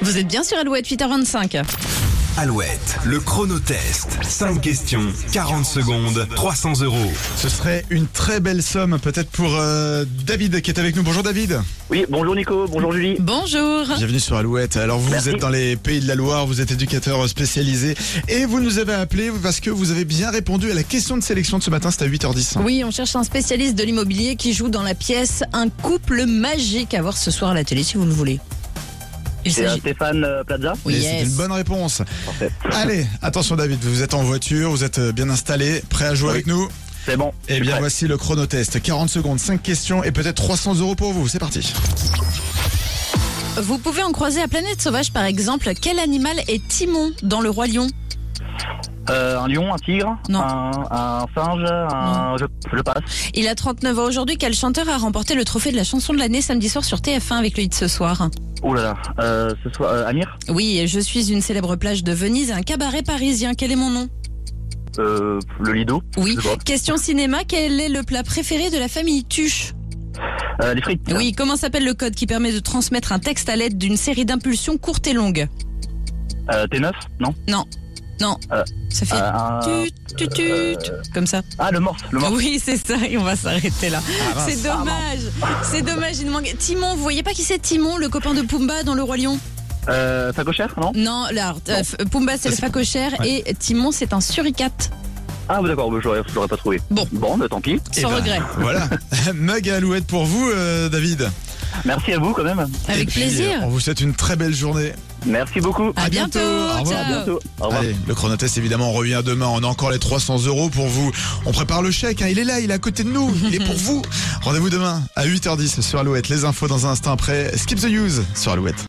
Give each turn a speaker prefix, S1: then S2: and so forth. S1: Vous êtes bien sur Alouette 8h25.
S2: Alouette, le chronotest. 5 questions, 40 secondes, 300 euros.
S3: Ce serait une très belle somme, peut-être pour euh, David qui est avec nous. Bonjour David.
S4: Oui, bonjour Nico, bonjour Julie.
S1: Bonjour.
S3: Bienvenue sur Alouette. Alors vous, vous
S4: Merci.
S3: êtes dans les pays de la Loire, vous êtes éducateur spécialisé et vous nous avez appelé parce que vous avez bien répondu à la question de sélection de ce matin, c'était à 8h10.
S1: Oui, on cherche un spécialiste de l'immobilier qui joue dans la pièce Un couple magique à voir ce soir à la télé si vous le voulez. Il
S4: C'est euh,
S1: s'agit.
S4: Stéphane euh, Plaza.
S1: Oui,
S3: Et
S1: yes.
S3: C'est une bonne réponse.
S4: Parfait.
S3: Allez, attention David, vous êtes en voiture, vous êtes euh, bien installé, prêt à jouer
S4: Oui.
S3: avec nous.
S4: C'est bon.
S3: Eh
S4: je suis
S3: bien
S4: prêt.
S3: voici le chronotest. 40 secondes, 5 questions et peut-être 300 euros pour vous. C'est parti.
S1: Vous pouvez en croiser à Planète Sauvage par exemple. Quel animal est Timon dans Le Roi Lion
S4: Euh, un lion, un tigre,
S1: Non.
S4: Un, un singe, un. Je, je passe.
S1: Il a 39 ans aujourd'hui. Quel chanteur a remporté le trophée de la chanson de l'année samedi soir sur TF1 avec le hit ce soir
S4: Ouh là là. Euh, ce soir, euh, Amir
S1: Oui, je suis une célèbre plage de Venise, un cabaret parisien. Quel est mon nom
S4: euh, Le Lido
S1: Oui.
S4: Je sais
S1: Question cinéma. Quel est le plat préféré de la famille Tuche
S4: pas. Euh, les frites
S1: Oui, comment s'appelle le code qui permet de transmettre un texte à l'aide d'une série d'impulsions courtes et longues
S4: Euh, T9 Non
S1: Non,
S4: Euh,
S1: ça fait
S3: Ah,
S4: Euh, un-
S1: tut, tut, tut, comme ça.
S4: Ah, le morse. Le morse.
S1: Oui, c'est ça, et on va s'arrêter là.
S3: Ah, mince.
S1: c'est dommage, c'est dommage, il nous manque... Timon, vous voyez pas qui c'est Timon, le copain de Pumba dans Le Roi Lion
S4: Euh, facochère, non
S1: Non, là, euh, F- Pumba c'est
S3: Ça,
S1: le
S3: c'est-
S1: phacochère et Timon c'est un suricate.
S4: Ah, oui, d'accord, bah, j'aurais- je l'aurais pas trouvé.
S1: Bon.
S4: Bon, bah, tant pis.
S3: Eh
S1: Sans
S3: ben,
S1: regret.
S3: Voilà. Mug à Alouette pour vous euh, David.
S4: Merci à vous quand même.
S3: Et
S1: Avec
S3: puis,
S1: plaisir.
S3: euh, On vous souhaite une très belle journée.
S4: Merci beaucoup.
S1: À,
S3: à
S1: bientôt.
S3: bientôt. Au revoir, à
S1: ciao.
S3: bientôt.
S4: bientôt. Au revoir.
S3: Allez, le chronotest évidemment on revient demain. On a encore les 300 euros pour vous. On prépare le chèque. hein. Il est là, il est à côté de nous. Il est pour vous. Rendez-vous demain à 8h10 sur Alouette. Les infos dans un instant après. Skip the use sur Alouette.